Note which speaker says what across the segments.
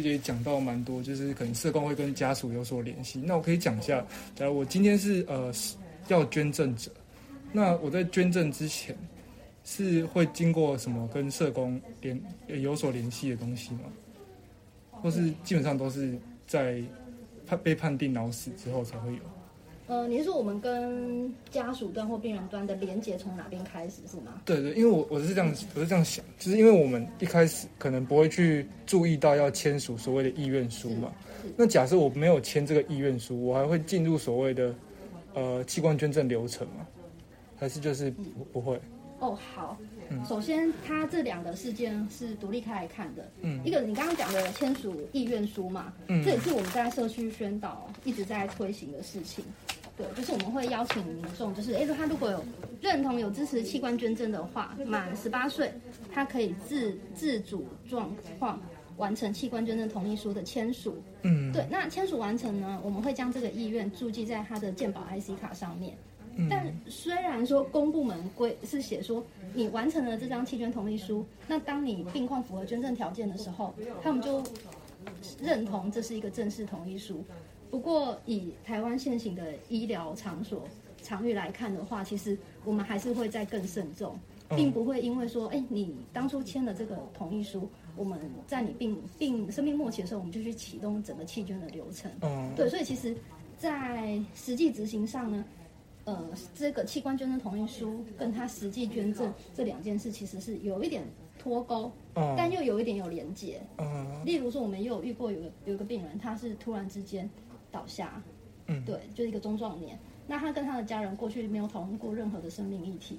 Speaker 1: 也讲到蛮多，就是可能社工会跟家属有所联系。那我可以讲一下，假如我今天是呃是要捐赠者，那我在捐赠之前是会经过什么跟社工联呃有所联系的东西吗？或是基本上都是在判被判定脑死之后才会有？
Speaker 2: 呃，您说我们跟家属端或病人端的连接从哪边开始是吗？
Speaker 1: 对对，因为我我是这样我是这样想，就是因为我们一开始可能不会去注意到要签署所谓的意愿书嘛。那假设我没有签这个意愿书，我还会进入所谓的呃器官捐赠流程吗？还是就是不不会？
Speaker 2: 哦，好，
Speaker 1: 嗯
Speaker 2: 首先它这两个事件是独立开来看的。嗯，一个你刚刚讲的签署意愿书嘛，
Speaker 1: 嗯
Speaker 2: 这也是我们在社区宣导一直在推行的事情。对，就是我们会邀请民众，就是哎，他如果有认同、有支持器官捐赠的话，满十八岁，他可以自自主状况完成器官捐赠同意书的签署。
Speaker 1: 嗯，
Speaker 2: 对，那签署完成呢，我们会将这个意愿注记在他的健保 IC 卡上面。但虽然说公部门规是写说你完成了这张弃捐同意书，那当你病况符合捐赠条件的时候，他们就认同这是一个正式同意书。不过以台湾现行的医疗场所场域来看的话，其实我们还是会再更慎重，并不会因为说，哎，你当初签了这个同意书，我们在你病病生病末期的时候，我们就去启动整个弃捐的流程。
Speaker 1: 嗯，
Speaker 2: 对，所以其实，在实际执行上呢，呃，这个器官捐赠同意书跟他实际捐赠这两件事其实是有一点脱钩，
Speaker 1: 嗯
Speaker 2: 但又有一点有连结。
Speaker 1: 嗯
Speaker 2: 例如说，我们也有遇过有个有一个病人，他是突然之间倒下，
Speaker 1: 嗯
Speaker 2: 对，就是一个中壮年。那他跟他的家人过去没有讨论过任何的生命议题，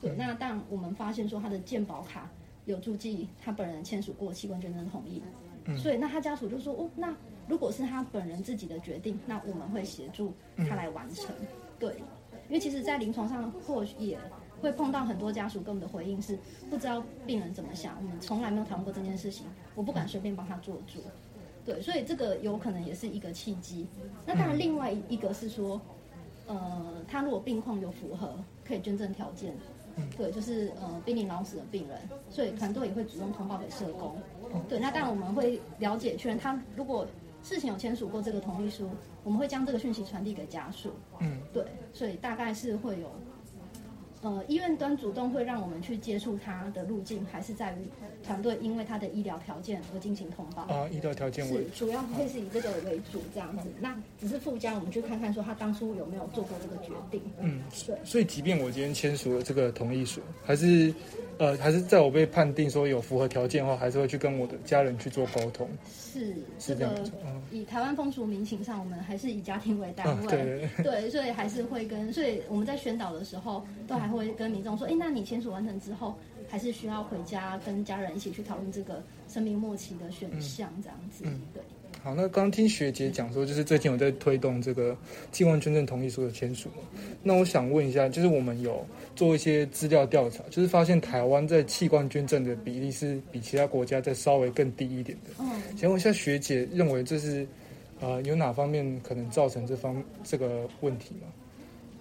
Speaker 2: 对。那但我们发现说他的健保卡有注记他本人签署过器官捐赠同意，所以那他家属就说哦，那如果是他本人自己的决定，那我们会协助他来完成，对。因为其实，在临床上或许也会碰到很多家属跟我们的回应是不知道病人怎么想，我们从来没有讨论过这件事情，我不敢随便帮他做主。对，所以这个有可能也是一个契机。那当然，另外一个是说，呃，他如果病况有符合可以捐赠条件，对，就是呃濒临脑死的病人，所以团队也会主动通报给社工。对，那当然我们会了解确认他如果事情有签署过这个同意书，我们会将这个讯息传递给家属。
Speaker 1: 嗯，
Speaker 2: 对，所以大概是会有，呃，医院端主动会让我们去接触他的路径，还是在于团队因为他的医疗条件而进行通报。
Speaker 1: 啊，医疗条件为嗯
Speaker 2: 是主要会是以这个为主这样子，那只是附加我们去看看说他当初有没有做过这个决定。
Speaker 1: 嗯，
Speaker 2: 对
Speaker 1: 所以即便我今天签署了这个同意书，还是呃还是在我被判定说有符合条件的话，还是会去跟我的家人去做沟通。
Speaker 2: 是
Speaker 1: 是
Speaker 2: 这
Speaker 1: 这样
Speaker 2: 个
Speaker 1: 子嗯
Speaker 2: 以台湾风俗民情上，我们还是以家庭为单
Speaker 1: 啊
Speaker 2: 位，
Speaker 1: 对
Speaker 2: 对所以还是会跟，所以我们在宣导的时候，都还会跟民众说，哎，那你签署完成之后，还是需要回家跟家人一起去讨论这个生命末期的选项，这样子，
Speaker 1: 嗯
Speaker 2: 对。
Speaker 1: 好，那刚听学姐讲说，就是最近有在推动这个器官捐赠同意书的签署嘛那我想问一下，就是我们有做一些资料调查，就是发现台湾在器官捐赠的比例是比其他国家再稍微更低一点的。
Speaker 2: 嗯，
Speaker 1: 请问一下学姐，认为这是呃有哪方面可能造成这方这个问题吗？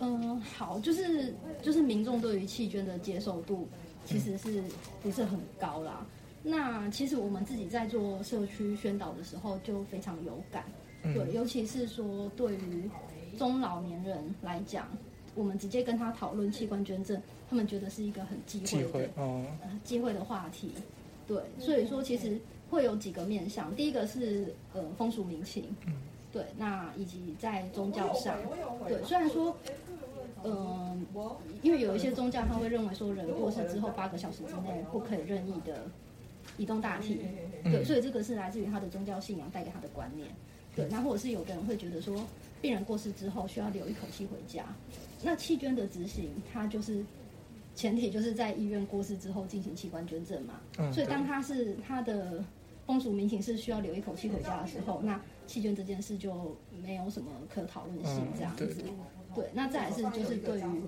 Speaker 2: 嗯，好，就是就是民众对于弃捐的接受度其实是不是很高啦？那其实我们自己在做社区宣导的时候就非常有感，
Speaker 1: 嗯
Speaker 2: 对，尤其是说对于中老年人来讲，我们直接跟他讨论器官捐赠，他们觉得是一个很忌
Speaker 1: 忌
Speaker 2: 讳的
Speaker 1: 讳哦，
Speaker 2: 呃机会的话题。对，所以说其实会有几个面向，第一个是呃风俗民情，对，那以及在宗教上，对，虽然说。嗯、因为有一些宗教他会认为说，人过世之后八个小时之内不可以任意的移动大体，
Speaker 1: 嗯
Speaker 2: 对，所以这个是来自于他的宗教信仰带给他的观念，
Speaker 1: 嗯
Speaker 2: 对，那或者是有的人会觉得说，病人过世之后需要留一口气回家，那弃捐的执行，它就是前提就是在医院过世之后进行器官捐赠嘛。
Speaker 1: 嗯
Speaker 2: 所以当他是他的风俗民情是需要留一口气回家的时候，那弃捐这件事就没有什么可讨论性这样子。
Speaker 1: 嗯
Speaker 2: 对，那再来是就是对于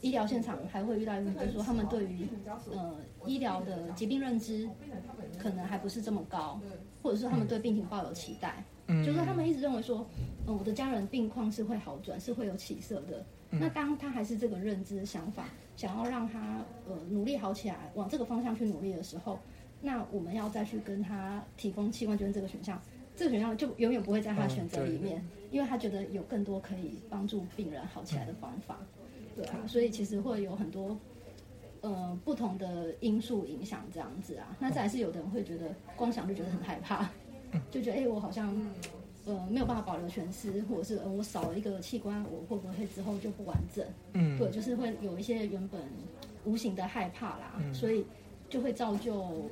Speaker 2: 医疗现场还会遇到一个，就是说他们对于呃医疗的疾病认知可能还不是这么高，或者是他们对病情抱有期待，
Speaker 1: 嗯
Speaker 2: 就是说他们一直认为说，嗯，我的家人病况是会好转，是会有起色的。那当他还是这个认知想法，想要让他呃努力好起来，往这个方向去努力的时候，那我们要再去跟他提供器官捐这个选项，这个选项就永远不会在他的选择里面，因为他觉得有更多可以帮助病人好起来的方法，对啊，所以其实会有很多。呃，不同的因素影响这样子啊，那再来是有的人会觉得光想就觉得很害怕，就觉得哎、我好像呃没有办法保留全尸，或者是、呃、我少了一个器官，我会不会之后就不完整？
Speaker 1: 嗯，
Speaker 2: 对，就是会有一些原本无形的害怕啦，所以就会造就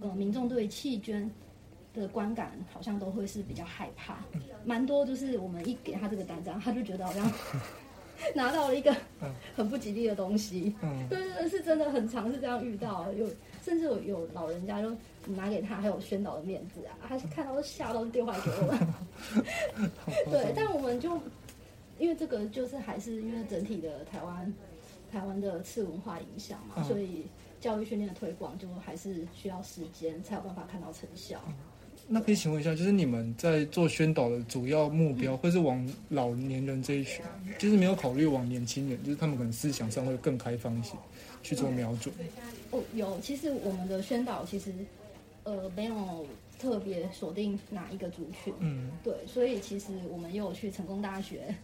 Speaker 2: 呃民众对弃捐的观感好像都会是比较害怕，蛮多就是我们一给他这个单张，他就觉得 好像拿到了一个很不吉利的东西，
Speaker 1: 嗯
Speaker 2: 对对对，是真的很常是这样遇到，有甚至有有老人家就拿给他还有宣导的面子啊，他看到都吓到电话给我们。
Speaker 1: 好夸
Speaker 2: 对，
Speaker 1: 张
Speaker 2: 但我们就因为这个就是还是因为整体的台湾台湾的次文化影响嘛，
Speaker 1: 嗯
Speaker 2: 所以教育训练的推广就还是需要时间才有办法看到成效。
Speaker 1: 那可以请问一下，就是你们在做宣导的主要目
Speaker 2: 嗯
Speaker 1: 标，会是往老年人这一群，就是没有考虑往年轻人，就是他们可能思想上会更开放一些去做瞄准。
Speaker 2: 哦，有，其实我们的宣导其实呃没有特别锁定哪一个族群，
Speaker 1: 嗯，
Speaker 2: 对，所以其实我们也有去成功大学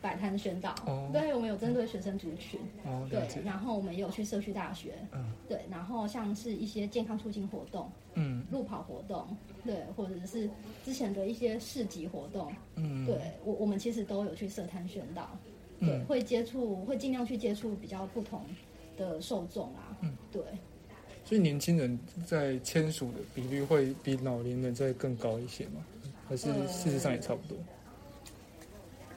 Speaker 2: 摆摊宣导，
Speaker 1: 哦
Speaker 2: 对，我们有针对学生族群，
Speaker 1: 哦，了
Speaker 2: 对
Speaker 1: 解，。
Speaker 2: 然后我们也有去社区大学，
Speaker 1: 嗯
Speaker 2: 对，然后像是一些健康促进活动、
Speaker 1: 嗯
Speaker 2: 路跑活动，对，或者是之前的一些市集活动，
Speaker 1: 嗯，
Speaker 2: 对我我们其实都有去设摊宣导，对，
Speaker 1: 嗯
Speaker 2: 会接触，会尽量去接触比较不同的受众啊，
Speaker 1: 嗯
Speaker 2: 对，
Speaker 1: 所以年轻人在签署的比率会比老年人再更高一些吗？还是
Speaker 2: 呃
Speaker 1: 事实上也差不多？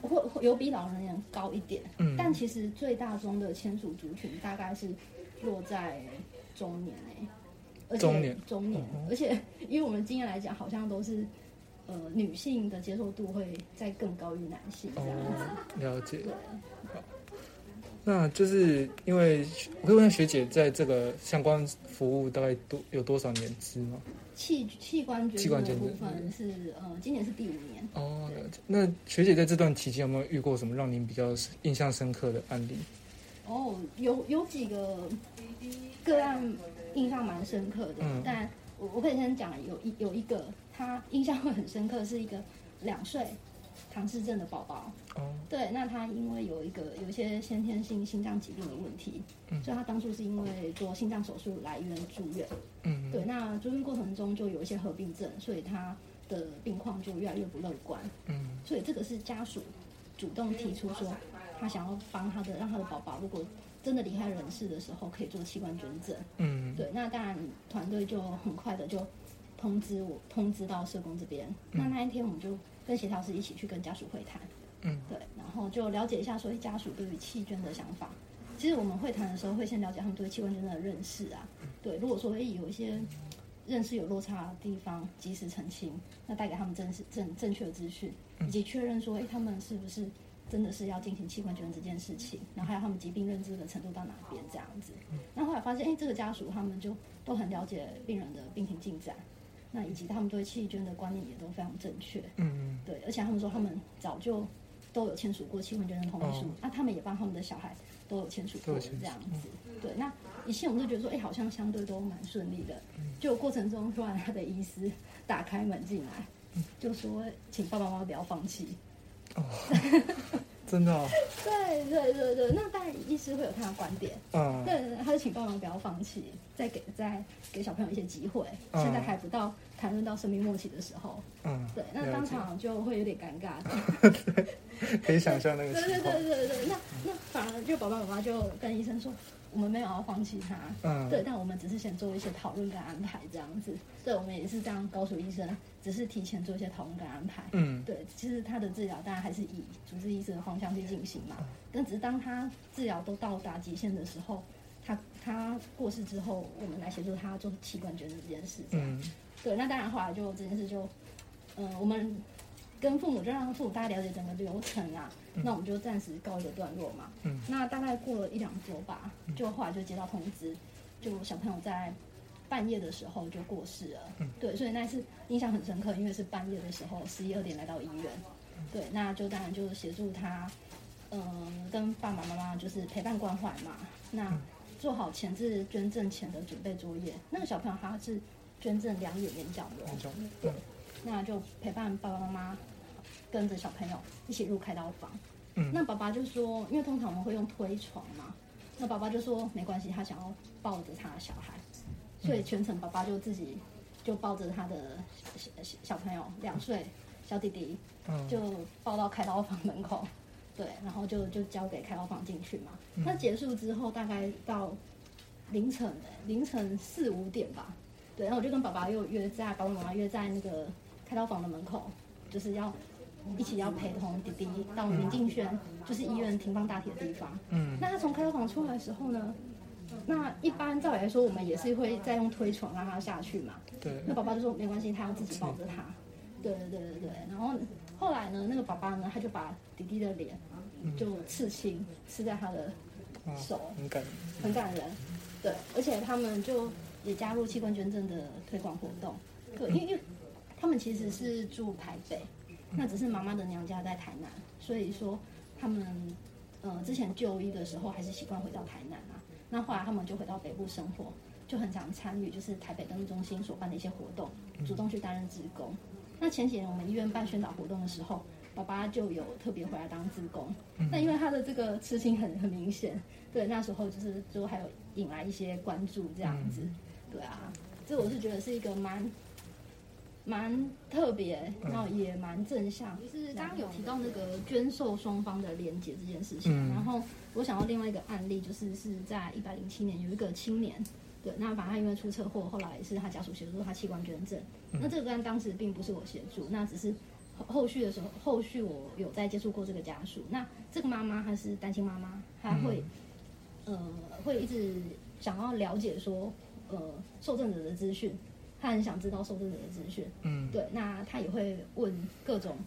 Speaker 2: 会会有比老人人高一点，
Speaker 1: 嗯
Speaker 2: 但其实最大宗的签署族群大概是落在中年诶、而且
Speaker 1: 中年哦
Speaker 2: 中年，而且因为我们经验来讲，好像都是呃女性的接受度会再更高于男性这样子，
Speaker 1: 哦，了解。
Speaker 2: 对，
Speaker 1: 那就是因为我可以问学姐，在这个相关服务大概多有多少年资吗？
Speaker 2: 器器官捐
Speaker 1: 器官
Speaker 2: 赠
Speaker 1: 捐
Speaker 2: 的
Speaker 1: 赠嗯
Speaker 2: 部分是呃今年是第五年，
Speaker 1: 哦，了解。那学姐在这段期间有没有遇过什么让您比较印象深刻的案例？
Speaker 2: 哦，有有几个个案印象蛮深刻的，
Speaker 1: 嗯
Speaker 2: 但我我可以先讲，有一有一个他印象会很深刻，是一个两岁唐氏症的宝宝。
Speaker 1: 哦，
Speaker 2: 对，那他因为有一个有一些先天性心脏疾病的问题，
Speaker 1: 嗯
Speaker 2: 所以他当初是因为做心脏手术来医院住院。
Speaker 1: 嗯，
Speaker 2: 对，那住院过程中就有一些合并症，所以他的病况就越来越不乐观。
Speaker 1: 嗯，
Speaker 2: 所以这个是家属主动提出说，他想要帮他的让他的宝宝，如果真的离开人世的时候，可以做器官捐赠。
Speaker 1: 嗯，
Speaker 2: 对，那当然团队就很快的就通知我，通知到社工这边。那那一天我们就跟协调师一起去跟家属会谈，
Speaker 1: 嗯，
Speaker 2: 对，然后就了解一下说哎家属对于弃捐的想法。其实我们会谈的时候会先了解他们对器官捐赠的认识啊，
Speaker 1: 嗯
Speaker 2: 对，如果说哎有一些认识有落差的地方，及时澄清，那带给他们正是正正确的资讯，
Speaker 1: 嗯
Speaker 2: 以及确认说哎他们是不是真的是要进行器官捐赠这件事情，然后还有他们疾病认知的程度到哪边这样子。那后来发现，哎，这个家属他们就都很了解病人的病情进展，那以及他们对弃捐的观念也都非常正确。
Speaker 1: 嗯，
Speaker 2: 对，而且他们说他们早就都有签署过器官捐赠同意书
Speaker 1: 哦，
Speaker 2: 那、他们也帮他们的小孩都有签署
Speaker 1: 都
Speaker 2: 过
Speaker 1: 有签署嗯
Speaker 2: 这样子。对，那以前我们就觉得说，哎，好像相对都蛮顺利的，
Speaker 1: 嗯
Speaker 2: 就过程中突然他的医师打开门进来，
Speaker 1: 嗯
Speaker 2: 就说请爸爸妈妈不要放弃。
Speaker 1: 真的、哦，
Speaker 2: 对对对对，那当然医师会有他的观点。
Speaker 1: 嗯，
Speaker 2: 对，他就请爸妈不要放弃，再给再给小朋友一些机会。
Speaker 1: 嗯
Speaker 2: 现在还不到谈论到生命末期的时候，
Speaker 1: 嗯，
Speaker 2: 对，那当场就会有点尴尬。
Speaker 1: 可以想象那个
Speaker 2: 对
Speaker 1: 情
Speaker 2: 对
Speaker 1: 况，
Speaker 2: 对对对，那那反而就爸爸妈妈就跟医生说，我们没有要放弃他，
Speaker 1: 嗯，
Speaker 2: 对，，但我们只是先做一些讨论跟安排这样子。对，我们也是这样告诉医生，只是提前做一些讨论跟安排。
Speaker 1: 嗯，
Speaker 2: 对，其实他的治疗当然还是以主治医师的方向去进行嘛。但只是当他治疗都到达极限的时候，他他过世之后，我们来协助他做器官捐赠这件事情。
Speaker 1: 嗯，
Speaker 2: 对，那当然后来就这件事就，嗯、我们跟父母就让父母大家了解整个流程啊。那我们就暂时告一个段落嘛。
Speaker 1: 嗯
Speaker 2: 那大概过了一两周吧，就后来就接到通知，就小朋友在半夜的时候就过世了。对，所以那一次印象很深刻，因为是半夜的时候，十一二点来到医院。对，那就当然就协助他，嗯、跟爸爸妈妈就是陪伴关怀嘛。那做好前置捐赠前的准备作业。那个小朋友他是捐赠两眼眼角膜，
Speaker 1: 那种，
Speaker 2: 对那就陪伴爸爸妈妈跟着小朋友一起入开刀房。
Speaker 1: 嗯
Speaker 2: 那爸爸就说，因为通常我们会用推床嘛，那爸爸就说没关系，他想要抱着他的小孩，所以全程爸爸就自己就抱着他的小小小朋友两岁小弟弟，
Speaker 1: 嗯，
Speaker 2: 就抱到开刀房门口，对，然后就就交给开刀房进去嘛。
Speaker 1: 嗯
Speaker 2: 那结束之后大概到凌晨、凌晨四五点吧，对，然后我就跟爸爸又约在爸爸妈妈约在那个开刀房的门口，就是要一起要陪同弟弟到林敬轩，就是医院停放大体的地方。
Speaker 1: 嗯
Speaker 2: 那他从开刀房出来的时候呢，那一般照理来说我们也是会再用推床让他下去嘛，
Speaker 1: 对
Speaker 2: 那，爸爸就说没关系，他要自己抱着他。对对对对对。然后后来呢，那个爸爸呢，他就把弟弟的脸就刺青，刺在他的
Speaker 1: 嗯
Speaker 2: 手，
Speaker 1: 很感人，
Speaker 2: 很感人。对，而且他们就也加入器官捐赠的推广活动。对，因为因为他们其实是住台北，那只是妈妈的娘家在台南，所以说他们呃之前就医的时候还是习惯回到台南啊。那后来他们就回到北部生活，就很常参与就是台北登录中心所办的一些活动，主动去担任职工。那前几年我们医院办宣导活动的时候，爸爸就有特别回来当职工。那因为他的这个痴情很很明显，对，那时候就是就还有引来一些关注这样子，对啊，这我是觉得是一个蛮蛮特别，然后也蛮正向。就是刚刚有提到那个捐受双方的连结这件事情，啊
Speaker 1: 嗯
Speaker 2: 然后我想到另外一个案例，就是是在一百零七年有一个青年，对，那反正他因为出车祸，后来也是他家属协助他器官捐赠。那这个案当时并不是我协助，那只是后后续的时候，后续我有在接触过这个家属。那这个妈妈她是单亲妈妈，她会、呃会一直想要了解说呃受赠者的资讯，她很想知道受赠者的资讯。
Speaker 1: 嗯
Speaker 2: 对，那他也会问各种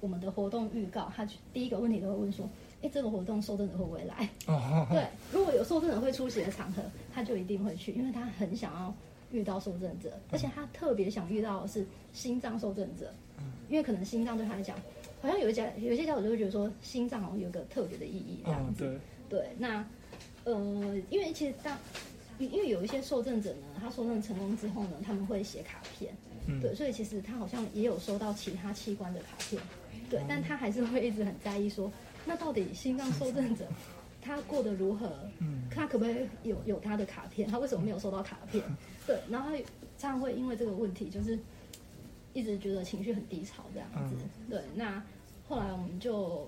Speaker 2: 我们的活动预告，他去第一个问题都会问说，哎，这个活动受赠者会不 会来？
Speaker 1: 哦，
Speaker 2: 对，如果有受赠者会出席的场合，他就一定会去，因为他很想要遇到受赠者，而且他特别想遇到的是心脏受赠者，
Speaker 1: 嗯
Speaker 2: 因为可能心脏对他来讲，好像有一家有一些家长就会觉得说心脏好像有个特别的意义这样
Speaker 1: 嗯
Speaker 2: 子。
Speaker 1: 对，
Speaker 2: 对，那呃，因为其实当因为有一些受赠者呢，他受赠成功之后呢，他们会写卡片，
Speaker 1: 嗯
Speaker 2: 对，所以其实他好像也有收到其他器官的卡片，对，
Speaker 1: 哦
Speaker 2: 但他还是会一直很在意说，那到底心脏受赠者他过得如何？
Speaker 1: 嗯
Speaker 2: 他可不可以有有他的卡片？他为什么没有收到卡 片？对，然后他常常会因为这个问题，就是一直觉得情绪很低潮这样子。
Speaker 1: 嗯
Speaker 2: 对，那后来我们就，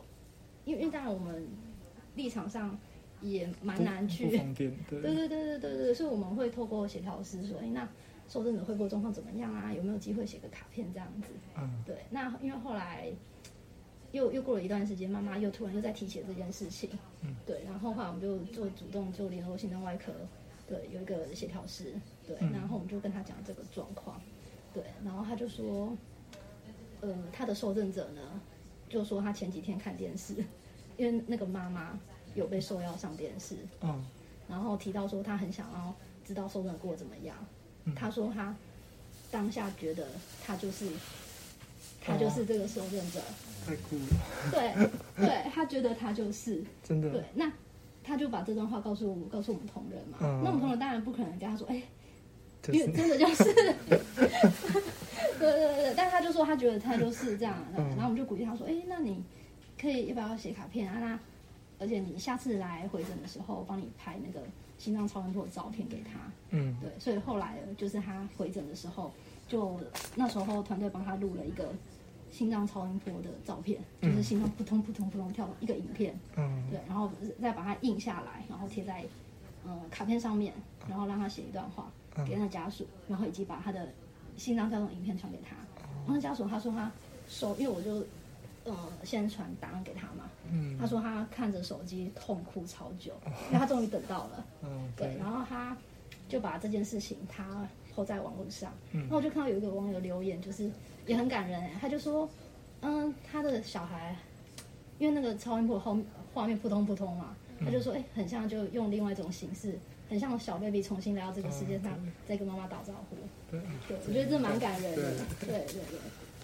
Speaker 2: 因为因为当然我们立场上也蛮
Speaker 1: 不
Speaker 2: 难去，
Speaker 1: 不方便，对
Speaker 2: 对对对对对对，所以我们会透过协调师说，哎，那受赠者会过状况怎么样啊？有没有机会写个卡片这样子？
Speaker 1: 嗯
Speaker 2: 对，那因为后来又又过了一段时间，妈妈又突然又在提起了这件事情，
Speaker 1: 嗯
Speaker 2: 对，然后后来我们就做主动就联络心脏外科，对，有一个协调师，对，
Speaker 1: 嗯
Speaker 2: 然后我们就跟他讲这个状况，对，然后他就说，呃，他的受赠者呢，就说他前几天看电视，因为那个妈妈有被受邀上电视，
Speaker 1: 嗯
Speaker 2: 然后提到说他很想要知道受审过怎么样。他说他当下觉得他就是他就是这个受任者，
Speaker 1: 太酷了，
Speaker 2: 对对，他觉得他就是
Speaker 1: 真
Speaker 2: 对
Speaker 1: 的，。
Speaker 2: 那他就把这段话告诉我告诉我们同仁嘛。
Speaker 1: 嗯
Speaker 2: 那我们同仁当然不可能跟他说，哎、
Speaker 1: 就
Speaker 2: 因为
Speaker 1: 是
Speaker 2: 真的就是，对对对对，但他就说他觉得他就是这样，然后我们就鼓励他说，哎，那你可以要不要写卡片啊？那而且你下次来回诊的时候，我帮你拍那个心脏超音波的照片给他。
Speaker 1: 嗯
Speaker 2: 对，所以后来就是他回诊的时候，就那时候团队帮他录了一个心脏超音波的照片，就是心脏扑通扑通扑通跳一个影片，
Speaker 1: 嗯
Speaker 2: 对，然后再把它印下来，然后贴在呃卡片上面，然后让他写一段话
Speaker 1: 嗯
Speaker 2: 给他的家属，然后以及把他的心脏跳动影片传给他。
Speaker 1: 哦
Speaker 2: 然后家属他说他手，因为我就呃先传答案给他嘛，
Speaker 1: 嗯
Speaker 2: 他说他看着手机痛哭超久，因为他终于等到了。
Speaker 1: 嗯
Speaker 2: 对，
Speaker 1: 对
Speaker 2: 然后他就把这件事情他抛在网络上，
Speaker 1: 嗯
Speaker 2: 然后我就看到有一个网友留言，就是也很感人、他就说，嗯，他的小孩，因为那个超音波后画面扑通扑通嘛，他就说，哎、很像就用另外一种形式，很像小 baby 重新来到这个世界上，再跟妈妈打招呼。
Speaker 1: 对，嗯
Speaker 2: 对，我觉得这蛮感人的
Speaker 1: 对。
Speaker 2: 对对对，